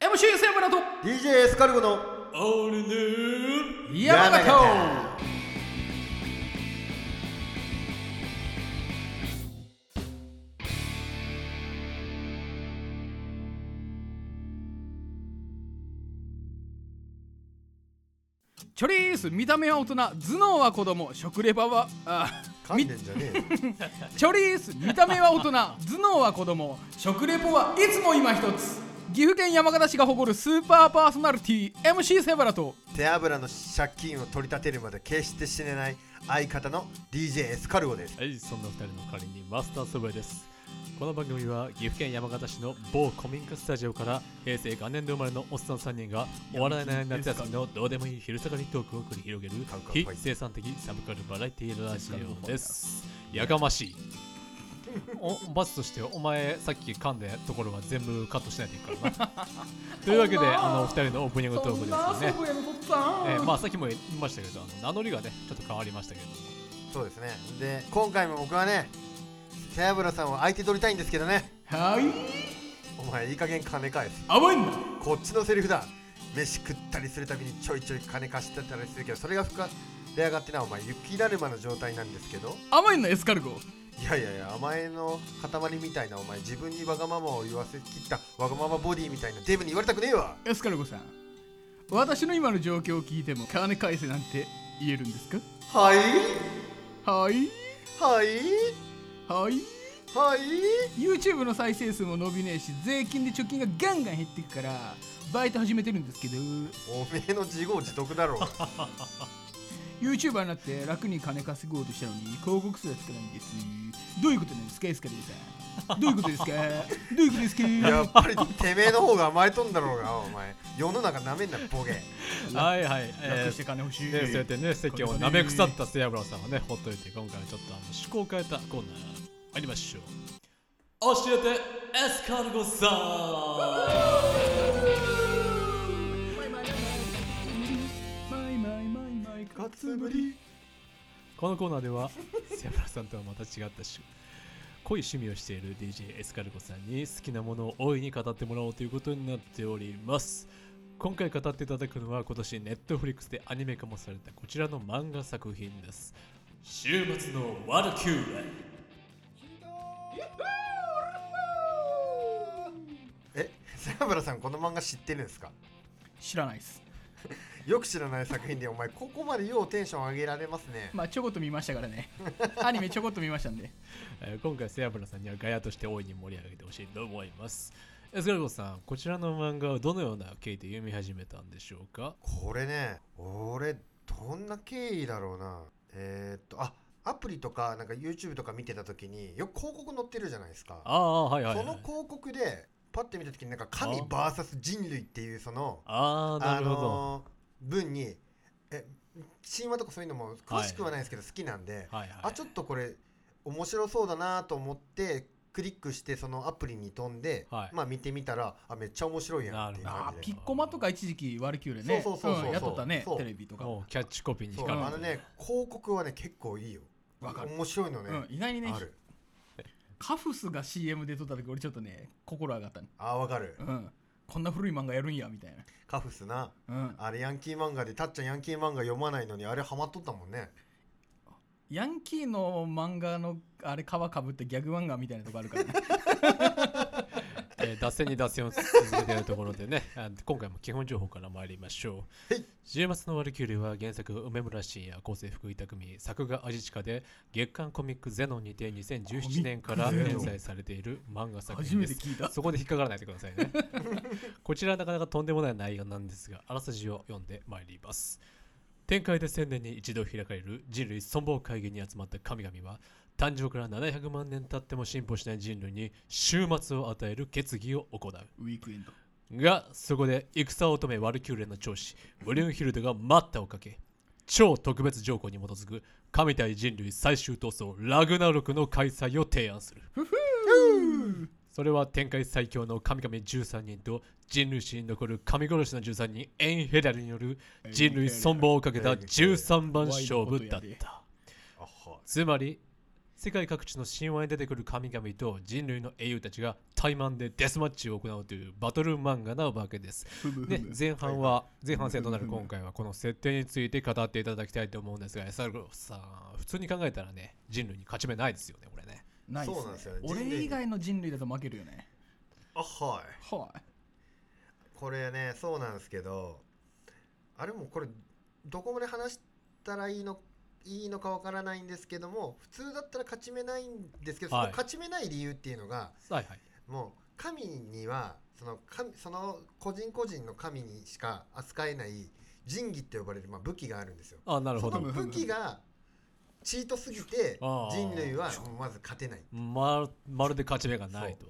MC セブラと DJ エスカルゴの山形山チョリース見た目は大人頭脳は子供食レポはあ噛んでんじゃねえよチョリース見た目は大人頭脳は子供食レポはいつも今一つ岐阜県山形市が誇るスーパーパーソナリティ MC セブラと手油の借金を取り立てるまで決して死ねない相方の DJ エスカルゴですはい、そんな二人の代わりにマスターソブレです。この番組は岐阜県山形市の某古民家スタジオから平成元年度生まれのおっさん3人がお笑いない夏休みのどうでもいい昼下がりトークを繰り広げるカンカン非生産的サブカルバラエティラジオです。やかましい。お罰としてお前さっき噛んだところは全部カットしないといいからな。というわけでそんなあのお二人のオープニングトークですよね。ブラのとっつぁんえーまあさっきも言いましたけどあの名乗りがねちょっと変わりましたけれども。そうですねで今回も僕はね手油さんを相手取りたいんですけどねはいお前いい加減金返す甘いんだこっちのセリフだ飯食ったりするたびにちょいちょい金貸してたりするけどそれが深で上がってなお前雪だるまの状態なんですけど甘いんだエスカルゴいやいやいや甘えの塊みたいなお前自分にわがままを言わせきったわがままボディみたいなデブに言われたくねえわエスカルゴさん私の今の状況を聞いても金返せなんて言えるんですかはいはいはいはいはい YouTube の再生数も伸びねえし税金で貯金がガンガン減っていくからバイト始めてるんですけどおめえの自業自得だろうが YouTuber になって楽に金稼ごうとしたのに広告数が少ないんですどういうことなんですかエスカルゴさんどういうことですかどういうことですかやっぱりてめえの方が甘えとんだろうがお前世の中なめんなボケはいはい。えー楽して金欲しい、ね、そうやってね、世間を舐め腐ったセアブラさんはね、ほっといて、今回はちょっとあの趣向を変えたコーナー、ありましょう。教えて、エスカルゴさんマイマイマイマイかつぶりこのコーナーでは、セアブラさんとはまた違ったし、濃い趣味をしている DJ エスカルゴさんに好きなものを大いに語ってもらおうということになっております。今回語っていただくのは今年ネットフリックスでアニメ化もされたこちらの漫画作品です。週末のワルキューレ。えセラブラさんこの漫画知ってるんですか知らないっすよく知らない作品でお前ここまでようテンション上げられますねまあちょこっと見ましたから ねアニメちょこっと見ましたんでえー今回セアブラさんにはガヤとして大いに盛り上げてほしいと思います。エスカルゴさん、こちらの漫画はどのような経緯で読み始めたんでしょうかこれね俺どんな経緯だろうなえー、っとあアプリとかなんか YouTube とか見てた時によく広告載ってるじゃないですかああ、はいはい、そはい。の広告でパッて見た時になんか神 VS 人類っていうそのああ、なあるほど。のー文にえ神話とかそういうのも詳しくはないですけど好きなんで、はいはい。あちょっとこれ面白そうだなと思ってクリックしてそのアプリに飛んで、はいまあ見てみたらあめっちゃ面白いやんっていうなるほどあ感ーじピでッコマとか一時期ワルキューレねそうそうそうそうんやっとったねそうテレビとかもうキャッチコピーにそ光うるんだあのね広告はね結構いいよわかる面白いのね、うん、意外にねあるカフスが CM で撮った時俺ちょっとね心上がったねあーわかるうんこんな古い漫画やるんやみたいカフスななうんあれヤンキー漫画でたっちゃんヤンキー漫画読まないのにあれハマっとったもんねヤンキーの漫画のあれ皮かぶってギャグ漫画みたいなとこあるから ねえー脱線に脱線を続けているところでね、 あの今回も基本情報から参りましょうはい。 10月のワルキューレは原作梅村真也、構成福井匠、作画アジチカで月刊コミックゼノンにて2017年からコミックゼ連ノン載されている漫画作初品めでてす。聞い たそこで引っかからないでください ね。こちらはなかなかとんでもない内容なんですが、あらすじを読んでまいります。天界で千年に一度開かれる人類存亡会議に集まった神々は、誕生から700万年経っても進歩しない人類に終末を与える決議を行う。ウィークエンドが、そこで戦を止めワルキューレの長子、ブリュンヒルドが待ったをかけ、超特別条項に基づく神対人類最終闘争ラグナロクの開催を提案する。それは天界最強の神々13人と人類史に残る神殺しの13人エンヘラルによる人類存亡をかけた13番勝負だった。あはつまり世界各地の神話に出てくる神々と人類の英雄たちが対マンでデスマッチを行うというバトル漫画なわけです。で前半は前半戦となる今回はこの設定について語っていただきたいと思うんですがエサルゴさん普通に考えたらね人類に勝ち目ないですよねこれねないっそうなんですすよねね俺人類以外の人類だと負けるよねあはいはいこれねそうなんですけどあれもこれどこまで話したらいいのいいのかわからないんですけども普通だったら勝ち目ないんですけど、はいその勝ち目ない理由っていうのがはいはいもう神にはその神その個人個人の神にしか扱えない神器って呼ばれる、まあ、武器があるんですよ。あなるそほのど武器がチートすぎてあー人類はもうまず勝てない。ままるで勝ち目がないと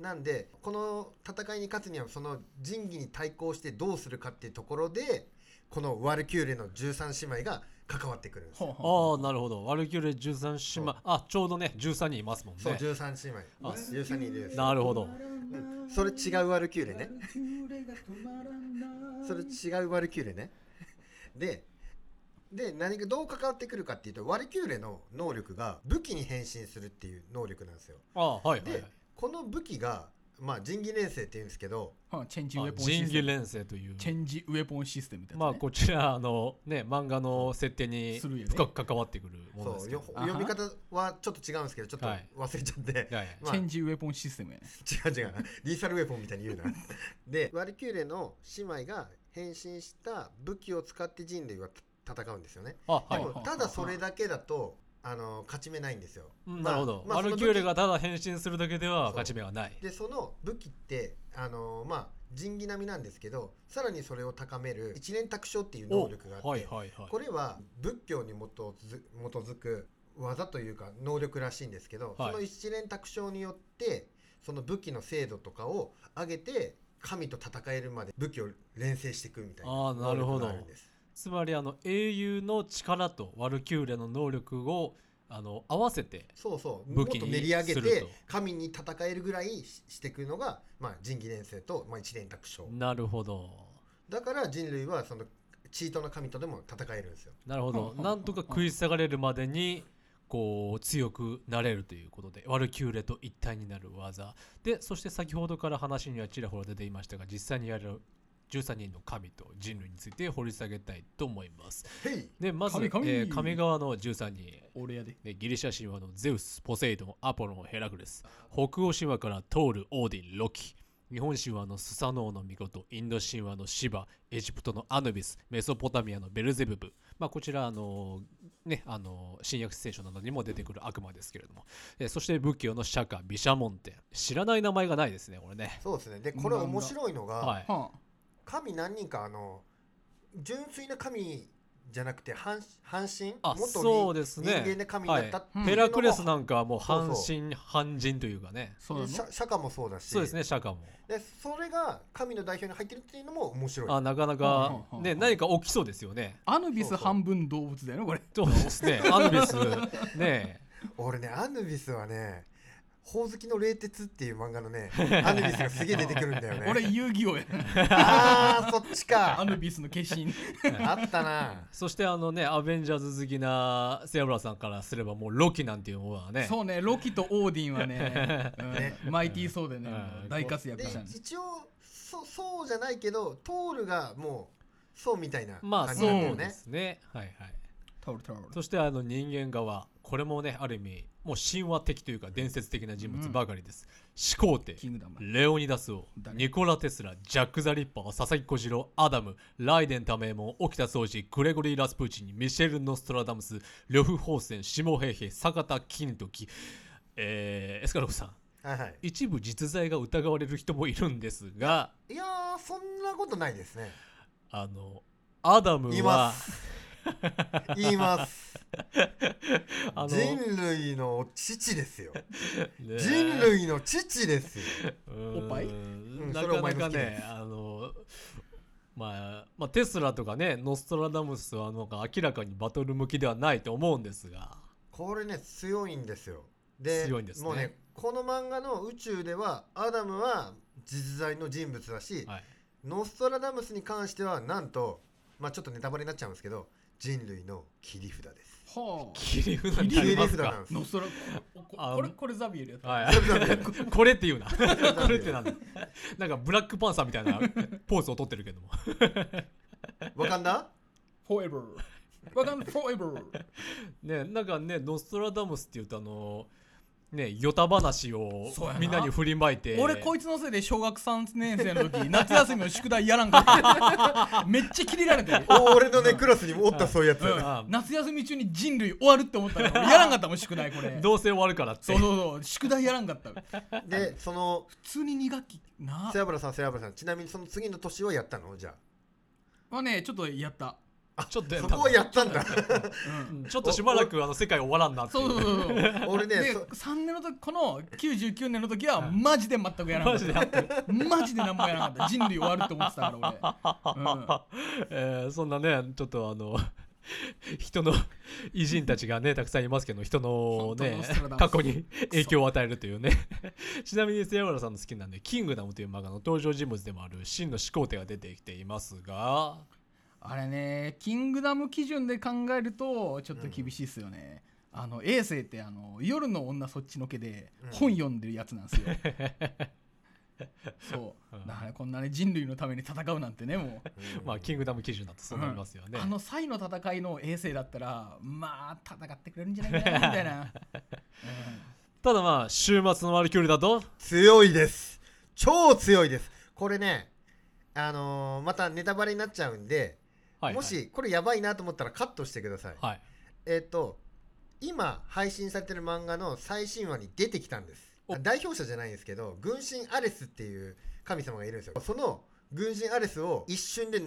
なんでこの戦いに勝つにはその仁義に対抗してどうするかっていうところでこのワルキューレの13姉妹が関わってくるんですよ、ほうほうああなるほどワルキューレ13姉妹あちょうどね13人いますもんそうね13姉妹あ13人いるんですなるほどそれ違うワルキューレねキューレが止まらないそれ違うワルキューレねでで何がどう関わってくるかっていうとワルキューレの能力が武器に変身するっていう能力なんですよあはいはいはでいこの武器がまあ仁義連成っていうんですけどはいチェンジウあェポンシ仁ステ義ム連成というチェンジウェポンシステムってやつねまあこちらあのね漫画の設定にするよね深く関わってくるものでそすうけよどあは呼び方はちょっと違うんですけどちょっとはい忘れちゃって、いやいやまあチェンジウェポンシステムやね 違う違うリーサルウェポンみたいに言う なでワルキューレの姉妹が変身した武器を使って人類は戦うんですよね、あはいではもいただそれだけだとあの勝ち目ないんですよ、うんまなあるほど、まあワルキューレそがのただ変身するだけでは勝ち目はない武器でその武器ってあのまあ仁義並みなんですけどさらにそれを高める一連卓勝っていう能力があって、おはいはいはいこれは仏教に基づ基づく技というか能力らしいんですけど、はいその一連卓勝によってその武器の精度とかを上げて神と戦えるまで武器を連成していくみたいなあーなるほ能力どがあんですつまりあの英雄の力とワルキューレの能力をあの合わせてそうそうも武っ器にと練り上げするてと神に戦えるぐらいししていくのが、まあ、仁義連成と、まあ、一連卓勝なるほどだから人類はそのチートの神とでも戦えるんですよなるほほうほうどほうなんとか食い下がれるまでにこう強くなれるということでワルキューレと一体になる技でそして先ほどから話にはちらほら出ていましたが実際にやる13人の神と人類について掘り下げたいと思いますへいでまず神々えー神側の13人俺やででギリシャ神話のゼウス、ポセイドン、アポロン、ヘラクレス、北欧神話からトール、オーディン、ロキ、日本神話のスサノオの御事、インド神話のシバ、エジプトのアヌビス、メソポタミアのベルゼブブ、まあ、こちら、あのね、あの新約聖書などにも出てくる悪魔ですけれども、えそして仏教の釈迦、毘沙門天、知らない名前がないですね、これね。そうですねでこれ面白いのが、はい、はあ神何人かあの純粋な神じゃなくて半半身あ元にそうですね人間で神になったっていうのはいもヘラクレスなんかはもうそう半そう身半人というかね、そうだね釈釈迦もそうだしそうですね、釈迦も。でそれが神の代表に入ってるっていうのも面白いあなかなはあかはあ、はあね、何か起きそうですよね。アヌビスそうそう半分動物だよねこれそうですね、 アヌビス、ね俺ねアヌビスはね「宝石の冷徹」っていう漫画の ねアヌビスがすげえ出てくるんだよね俺遊戯王やあーそっちアかヌビスの化身あったなそしてあのね、アベンジャーズ好きなセアブラさんからすれば、もうロキなんていうものはね、そうねロキとオーディンはねねうんマイティーソーでねうん大活躍でしたね一応そそうじゃないけどトールがもうそうみたいなまあ感じそなんだようでね、すね、はいはい。タオルタオルそしてあの人間側、これもね、ある意味、もう神話的というか、伝説的な人物ばかりです。始皇帝、キングダムレオニダス王、誰ニコラ・テスラ、ジャック・ザ・リッパー、佐々木小次郎、アダム、ライデン・タメイモン、沖田総司、グレゴリー・ラスプーチン、ミシェル・ノストラダムス、呂布・ホーセン、下平平、坂田・金時、えー、エスカロフさん。はいはい一部実在が疑われる人もいるんですがいやーそんなことないですね。あのアダム言いまは す。言います。あの人類の父ですよ。ね人類の父ですよ。うーんおっぱいんなそれかお前なのか好きなねやあのまあ、まあ、テスラとかねノストラダムスはなんか明らかにバトル向きではないと思うんですがこれね強いんですよ。で強いんですねもうねこの漫画の宇宙ではアダムは実在の人物だし、はいノストラダムスに関してはなんとまあちょっとネタバレになっちゃうんですけど人類の切り札です。はあ 切り札に切なりります札かなんです。ノストラここあこれこれザビエルやった、はい切り札なんですここれって言うな札 これってなんだ なんかブラックパンサーみたいなポーズを取ってるけども わかんだフォーエバーわかんないフォーエバーねなんかねノストラダムスっていうとあのねヨタ話をそうやなみんなに振りまいて俺こいつのせいで小学3年生の時 夏休みの宿題やらんかった めっちゃキレられてるお俺のね、クラスにもおったそういうやつ。うんあ 夏休み中に人類終わるって思ったから俺やらんかったもん宿題これどうせ終わるからってそうそうそう宿題やらんかった普で、その、通に2学期なセアブラさん、セアブラさん、ちなみにその次の年はやったのじゃはねちょっとやった、 ちょっとあ。やそったこはやったんだ。 うん うんちょっとしばらくあの世界終わらんなっていそううそうそうそう俺ね、でそ3年の時この99年の時ははいマジで全くやらなかっ マジでやってるたマジで何もやらなかった人類終わると思ってたからえーそんなねちょっとあの 人の偉人たちがねたくさんいますけど人の本当ねノストラダムス過去に影響を与えるというね ちなみに清原さんの好きなんで「キングダム」という漫画の登場人物でもある真の始皇帝が出てきていますが俺あれねキングダム基準で考えるとちょっと厳しいっすよね、あの衛星ってあの夜の女そっちのけでうん本読んでるやつなんですよ、そううんだからねこんなね人類のために戦うなんてねもううんまあキングダム基準だとそうなりますよねあ。のサイの戦いの衛星だったらまあ戦ってくれるんじゃないかなみたいな、うんただまあ週末のワルキューレだと強いです。超強いです。これね、あのーまたネタバレになっちゃうんで、はいもしこれやばいなと思ったらカットしてください。はいえっ、と、今配信されてる漫画の最新話に出てきたんです。おあ代表者じゃないんですけど、軍神アレスっていう神様がいるんですよ。その軍神アレスを一瞬で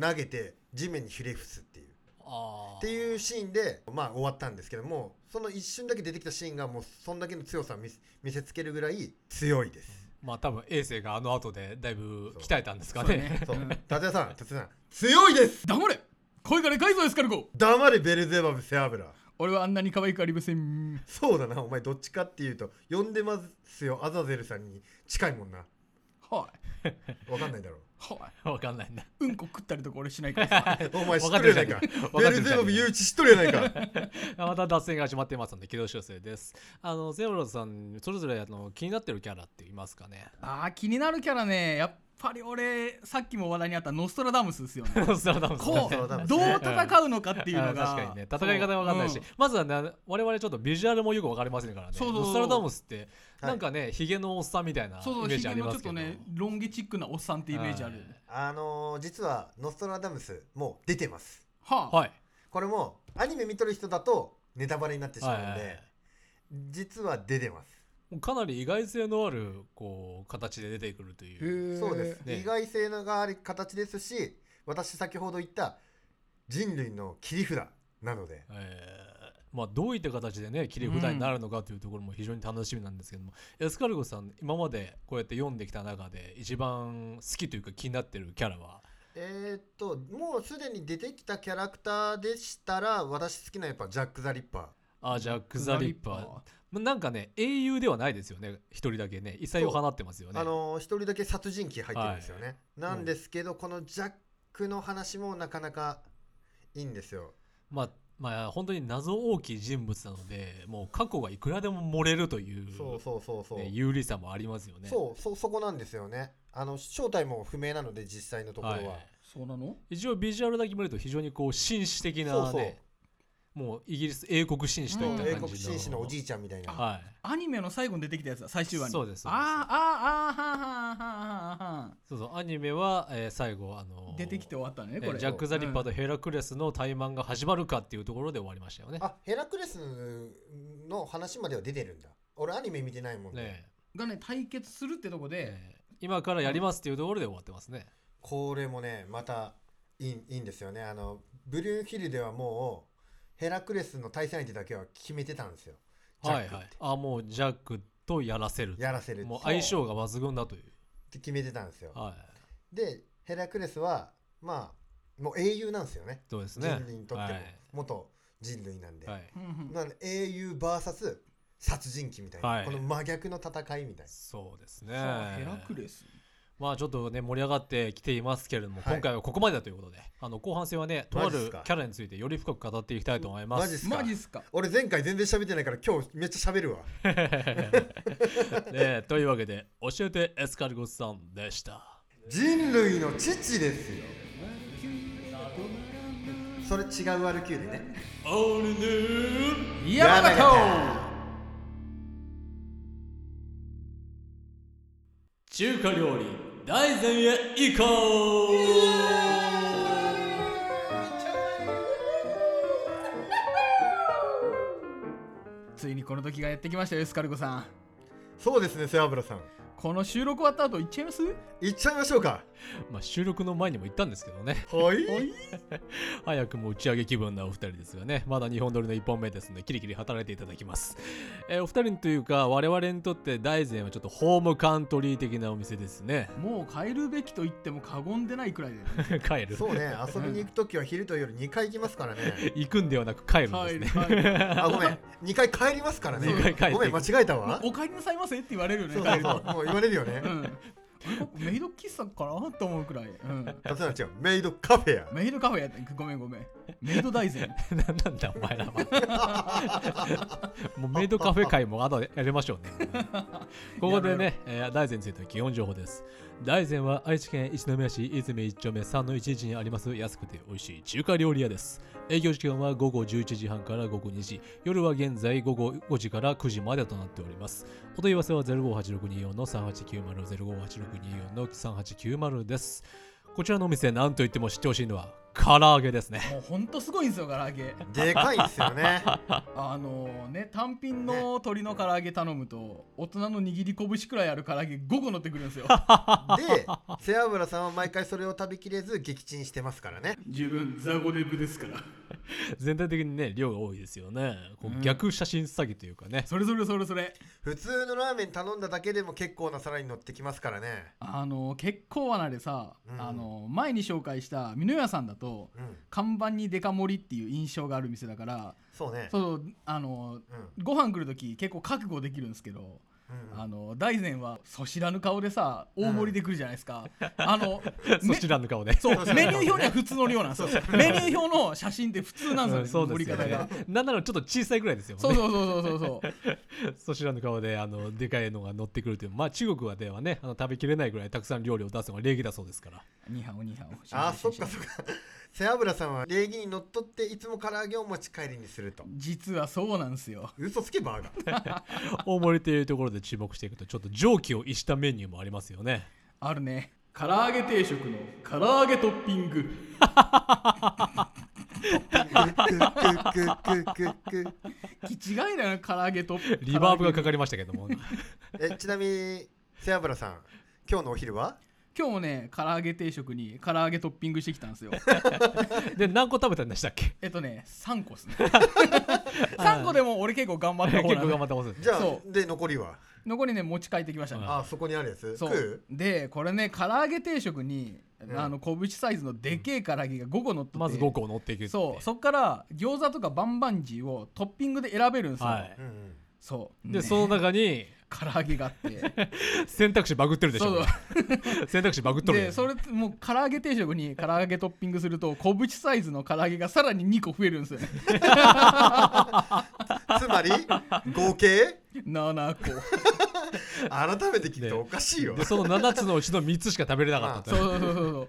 投げて地面にひれ伏すっていう。あーっていうシーンで、まあ、終わったんですけどもその一瞬だけ出てきたシーンがもうそんだけの強さを見せ見せつけるぐらい強いです。まあ多分衛星があの後でだいぶ鍛えたんですかそうだね。そううん達也さん達也さん強いです黙れ声がでかいぞエスカルゴ黙れベルゼバブ背脂俺はあんなに可愛くありませんそうだなお前どっちかっていうと呼んでますよアザゼルさんに近いもんなはいわかんない だろは わかんないな。いうんこ食ったりとか俺しないからさお前知っとるやないか分かベっルてるじゼゃバんブ誘致知っとるやない かまた脱線が始まってますので軌道修正ですあのゼオロさんそれぞれあの気になってるキャラっていますかね あー気になるキャラねやっぱり俺さっきも話題にあったノストラダムスですよね ノストラダムスこノストラダムうスどう戦うのかっていうのがあ 確かにね戦い方わかんないし、まずはね我々ちょっとビジュアルもよくわかりませんからねそうそうそうノストラダムスってはいなんかね、ヒゲのおっさんみたいなうんイそうそうメーヒジあゲりのまちょすっけとどねロン毛チックなおっさんってイメージあるあのー実はノストラダムスもう出てますはあ、はいこれもアニメ見とる人だとネタバレになってしまうのはいで、はいはい実は出てますもうかなり意外性のあるこう形で出てくるというそうです、ね意外性のがある形ですし私先ほど言った人類の切り札なのでえーまあ、どういった形でね切り札になるのかというところも非常に楽しみなんですけども、エスカルゴさん今までこうやって読んできた中で一番好きというか気になってるキャラはえーっともうすでに出てきたキャラクターでしたら私好きなやっぱジャック・ザ・リッパーあジャック・ザ・リッパーまあなんかね英雄ではないですよね一人だけね異彩を放ってますよねあのー一人だけ殺人鬼入ってるんですよね、なんですけど、このジャックの話もなかなかいいんですよまあまあ本当に謎大きい人物なのでもう過去がいくらでも漏れるというそうそうそうそう、ね有利さもありますよねそうそそこなんですよねあの正体も不明なので実際のところは、はいそうなの一応ビジュアルだけ見ると非常にこう紳士的なそねうそうもうイギリス英国紳士といもうった感じ英の、国紳士のおじいちゃんみたいなはいアニメの最後に出てきたやつだ最終話にそうですそうですあーあーあーはーはーはーはーはそうそうアニメは、えー最後あのー出てきて終わったねこえれージャック・ザ・リッパうーんとヘラクレスの対マンが始まるかっていうところで終わりましたよね。あヘラクレスの話までは出てるんだ俺アニメ見てないもんねねがね対決するってとこえで、えー今からやりますっていうところで終わってますね。これもねまたいいいいんですよねあのブルーンヒルではもうヘラクレスの対戦相手だけは決めてたんですよジャはッいクはっいて。あもうジャックとやらせる。やらせるってもう相性が抜群だという。って決めてたんですよはい。でヘラクレスはまあもう英雄なんですよねそうですね。人類にとっても元人類なんで、はい。はい。うんうんなんで英雄 VS 殺人鬼みたいな、はいこの真逆の戦いみたいなそうですね。さあヘラクレスまあちょっとね盛り上がってきていますけれども、はい今回はここまでだということであの後半戦はねとあマジっるすかキャラについてより深く語っていきたいと思いまマ ジすっすかマジっすか俺前回全然喋ってないから今日めっちゃ喋るわねというわけで教えてエスカルゴスさんでした人類の父ですよそれ違う r ルキューレね山形中華料理大善へ行こう ついにこの時がやってきましたよエスカルゴさんそうですね背脂さんこの収録終わった後行っちゃいますいっちゃいましょうかまあ収録の前にも言ったんですけどねはいはい早くも打ち上げ気分なお二人ですがねまだ日本撮りの1本目ですのでキリキリ働いていただきます、えーお二人というか我々にとって大善はちょっとホームカントリー的なお店ですね もう帰るべきと言っても過言でないくらい で、ね、帰るそうね遊びに行く時は昼と夜2回行きますからね行くんではなく帰るんです帰る帰ねるあごめん2回帰りますからね二回帰ってごめん間違えたわお帰りなさいませって言われるよねそう帰そうるそとうもう言われるよねうんあれメイド喫茶かなと思うくらい、うん、あそうなん違うメイドカフェやメイドカフェやったごめんごめんメイド大 膳何 なんだお前らはもうメイドカフェ会もあとでやりましょうねここでね、えー大善についての基本情報です大善は愛知県一宮市泉一丁目3の1時にあります安くて美味しい中華料理屋です営業時間は午後11時半から午後2時夜は現在午後5時から9時までとなっておりますお問い合わせは058624の3890 058624の3890ですこちらのお店なんといっても知ってほしいのは唐揚げですねもうほんとすごいんですよ唐揚げでかいんすよねあのね単品の鶏の唐揚げ頼むと大人の握り拳くらいある唐揚げ5個乗ってくるんですよで背脂さんは毎回それを食べきれず撃沈してますからね自分ザゴデブですから全体的にね量が多いですよねこうんう逆写真詐欺というかね、それそれそれそれ普通のラーメン頼んだだけでも結構な皿に乗ってきますからねあの結構離れさ、うんあの前に紹介した美濃屋さんだとうん看板にデカ盛りっていう印象がある店だからそうねそうあのうんご飯来る時結構覚悟できるんですけど、うんあの大膳はそ知らぬ顔でさ大盛りで来るじゃないですか、あのそちらの顔ねそうそうそうメニュー表には普通の量なんですよメニュー表の写真って普通なんうでんすよそね、う盛りですよ方がね。なんならちょっと小さいぐらいですよねそうそうそうそうそう そうそちらの顔であのでかいのが乗ってくるというまあ中国はではねあの食べきれないぐらいたくさん料理を出すのが礼儀だそうですからニハオニハオあそっか そっか背脂さんは礼儀にのっとっていつも唐揚げを持ち帰りにすると実はそうなんですよ嘘つけバーガー大盛りというところで注目していくとちょっと蒸気を逸したメニューもあります よねあるね唐揚げ定食の唐揚げトッピングくくくくくくく気違いだよな唐揚げトッピングリバーブがかかりましたけども えちなみに背脂さん今日のお昼は今日もね唐揚げ定食に唐揚げトッピングしてきたん ですよで何個食べたんでしたっけえっとね3個っす ね3個でも俺結構頑張った結方な構んで頑張ってますねじゃあそで残りは残りね持ち帰ってきましたねあそこにあるやつそ食ううでこれね唐揚げ定食に、うんあの拳サイズのでけえ唐揚げが5個乗っててまず5個乗っていくってそうそっから餃子とかバンバンジーをトッピングで選べるんですよ、はいうんうんそうでねその 中に唐揚げがあ って選択肢バグってるでしそょう選択肢バグっとるよでそれもう唐揚げ定食に唐揚げトッピングすると小口サイズの唐揚げがさらに2個増えるんですよね つまり合計7個改めて聞くねとおかしいよでその7つのうちの3つしか食べれなかったそうそとうそうそう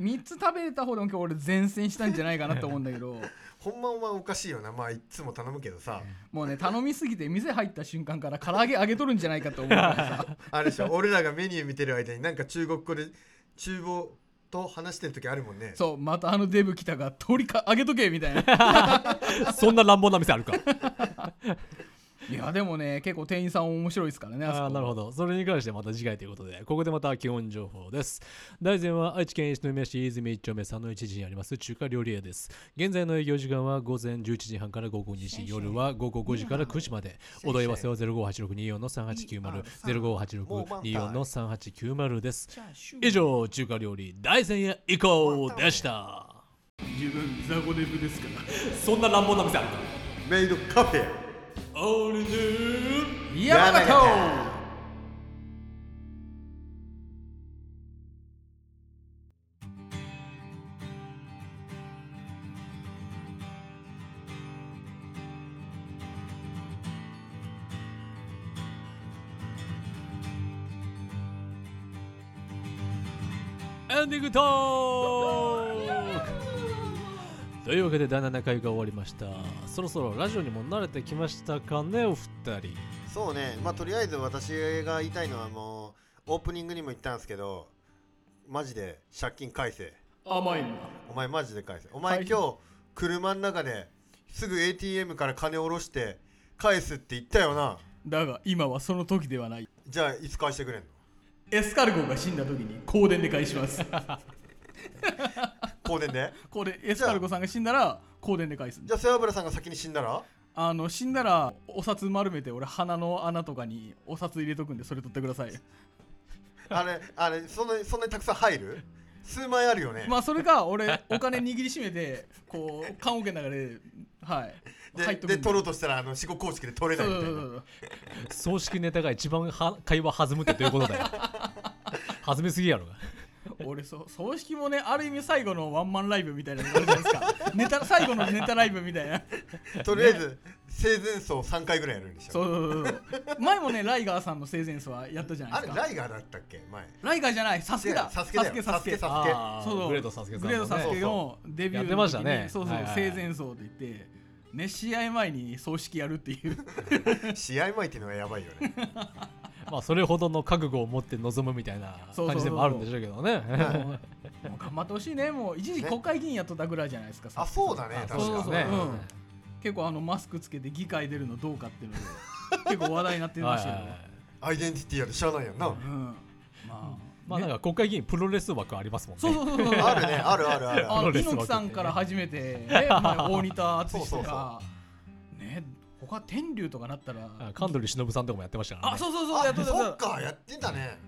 3つ食べれた方でも今日俺前線したんじゃないかなと思うんだけどほんまはおかしいよなまあいっつも頼むけどさもうね頼みすぎて店入った瞬間から唐揚げあげとるんじゃないかと思うからさあれでしょ俺らがメニュー見てる間になんか中国語で厨房と話してる時あるもんねそうまたあのデブ来たが鳥かあげとけみたいなそんな乱暴な店あるかいやでもね結構店員さん面白いですからねああーそなるこほどそれに関してまた次回ということでここでまた基本情報です大前は愛知県一宮市泉一丁目3の1時にあります中華料理屋です現在の営業時間は午前11時半から午後2時夜は午後5時から9時までお問い合わせは058624の3890 058624の3890です以上中華料理大前へ行こうでした自分ザゴデブですからそんな乱暴な店あるかメイドカフェオールヌー山形山形ンディングトークというわけで第7回が終わりましたそろそろラジオにも慣れてきましたかねお二人そうねまあとりあえず私が言いたいのはもうオープニングにも言ったんですけどマジで借金返せ甘いお前マジで返せおは前い今日車の中ですぐ ATM から金下ろして返すって言ったよなだが今はその時ではないじゃあいつ返してくれんのエスカルゴが死んだ時に香典で返します香典で これエスカルゴさんが死んだら香典で返すじゃあ背脂さんが先に死んだらあの死んだらお札丸めて俺鼻の穴とかにお札入れとくんでそれ取ってください あれあれそんなそんなにたくさん入る数枚あるよね、まあそれか俺お金握りしめてこう棺桶の中ではいで入っとくでん取ろうとしたらあの四国公式で取れそなういそみうたそそいうなう葬式ネタが一番は会話弾むってどういうことだよ弾みすぎやろが俺そ葬式もねある意味最後のワンマンライブみたいなのがあるじゃないですか ネタ最後のネタライブみたいなとりあえず生前葬3回ぐらいやるんでしょそうそうそうそう前もねライガーさんの生前葬はやったじゃないあでれすかライガーだったっけ前ライガーじゃないサスケだサスケだよサスケササススケあーそうそうグレートサスケケさグんのレードサスねケのデビュやっーてのまし時たに、ねそうそう、はいはいはい生前葬って言ってね試合前に葬式やるっていう試合前っていうのがやばいよねまあそれほどの覚悟を持って臨むみたいなそうそうそう感じでもあるんでしょうけどねもうもう頑張ってほしいねもう一時ね国会議員やっとったぐらいじゃないですかサあスケさんそうだねあ確そうかそうねうん結構あのマスクつけて議会出るのどうかっていうので結構話題になってまはしいたはよいはねいアイデンティティやで知らないやんなうんまあ、まあなんねか国会議員プロレス枠ありますもんねそうそうそうそうあるねあるあるあ るあプロのレス枠猪木さんから始めて、ね、前大仁田敦とかね他天竜とかなったらあ神取忍さんとかもやってましたから、ね、あそうそうそうやあっとったそやっっとったかやってたね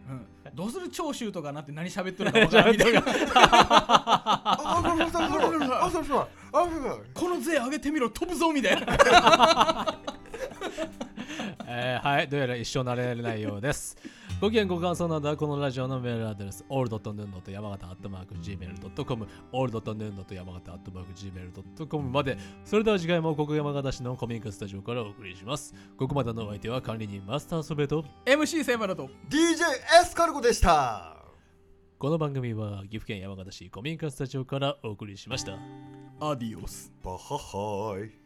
うんどうする長州とかなって何喋っとるか分からん みたいなああそうそうそうあそうそうあそうそうこの税上げてみろ飛ぶぞみたい なえーはい、どうやら一生慣れないようです。ご意見ご感想などはこのラジオのメールアドレス、オールドとヌンドと山形アットマーク Gmail.com、オールドとヌンドと山形アットマーク Gmail.com まで、それでは次回もここ山形市のコミックスタジオからお送りします。ここまでのお相手は管理人マスターソベと、 MC セバラと DJ エスカルゴでしたこの番組は岐阜県山形市コミックスタジオからお送りしました。アディオスバッハハイ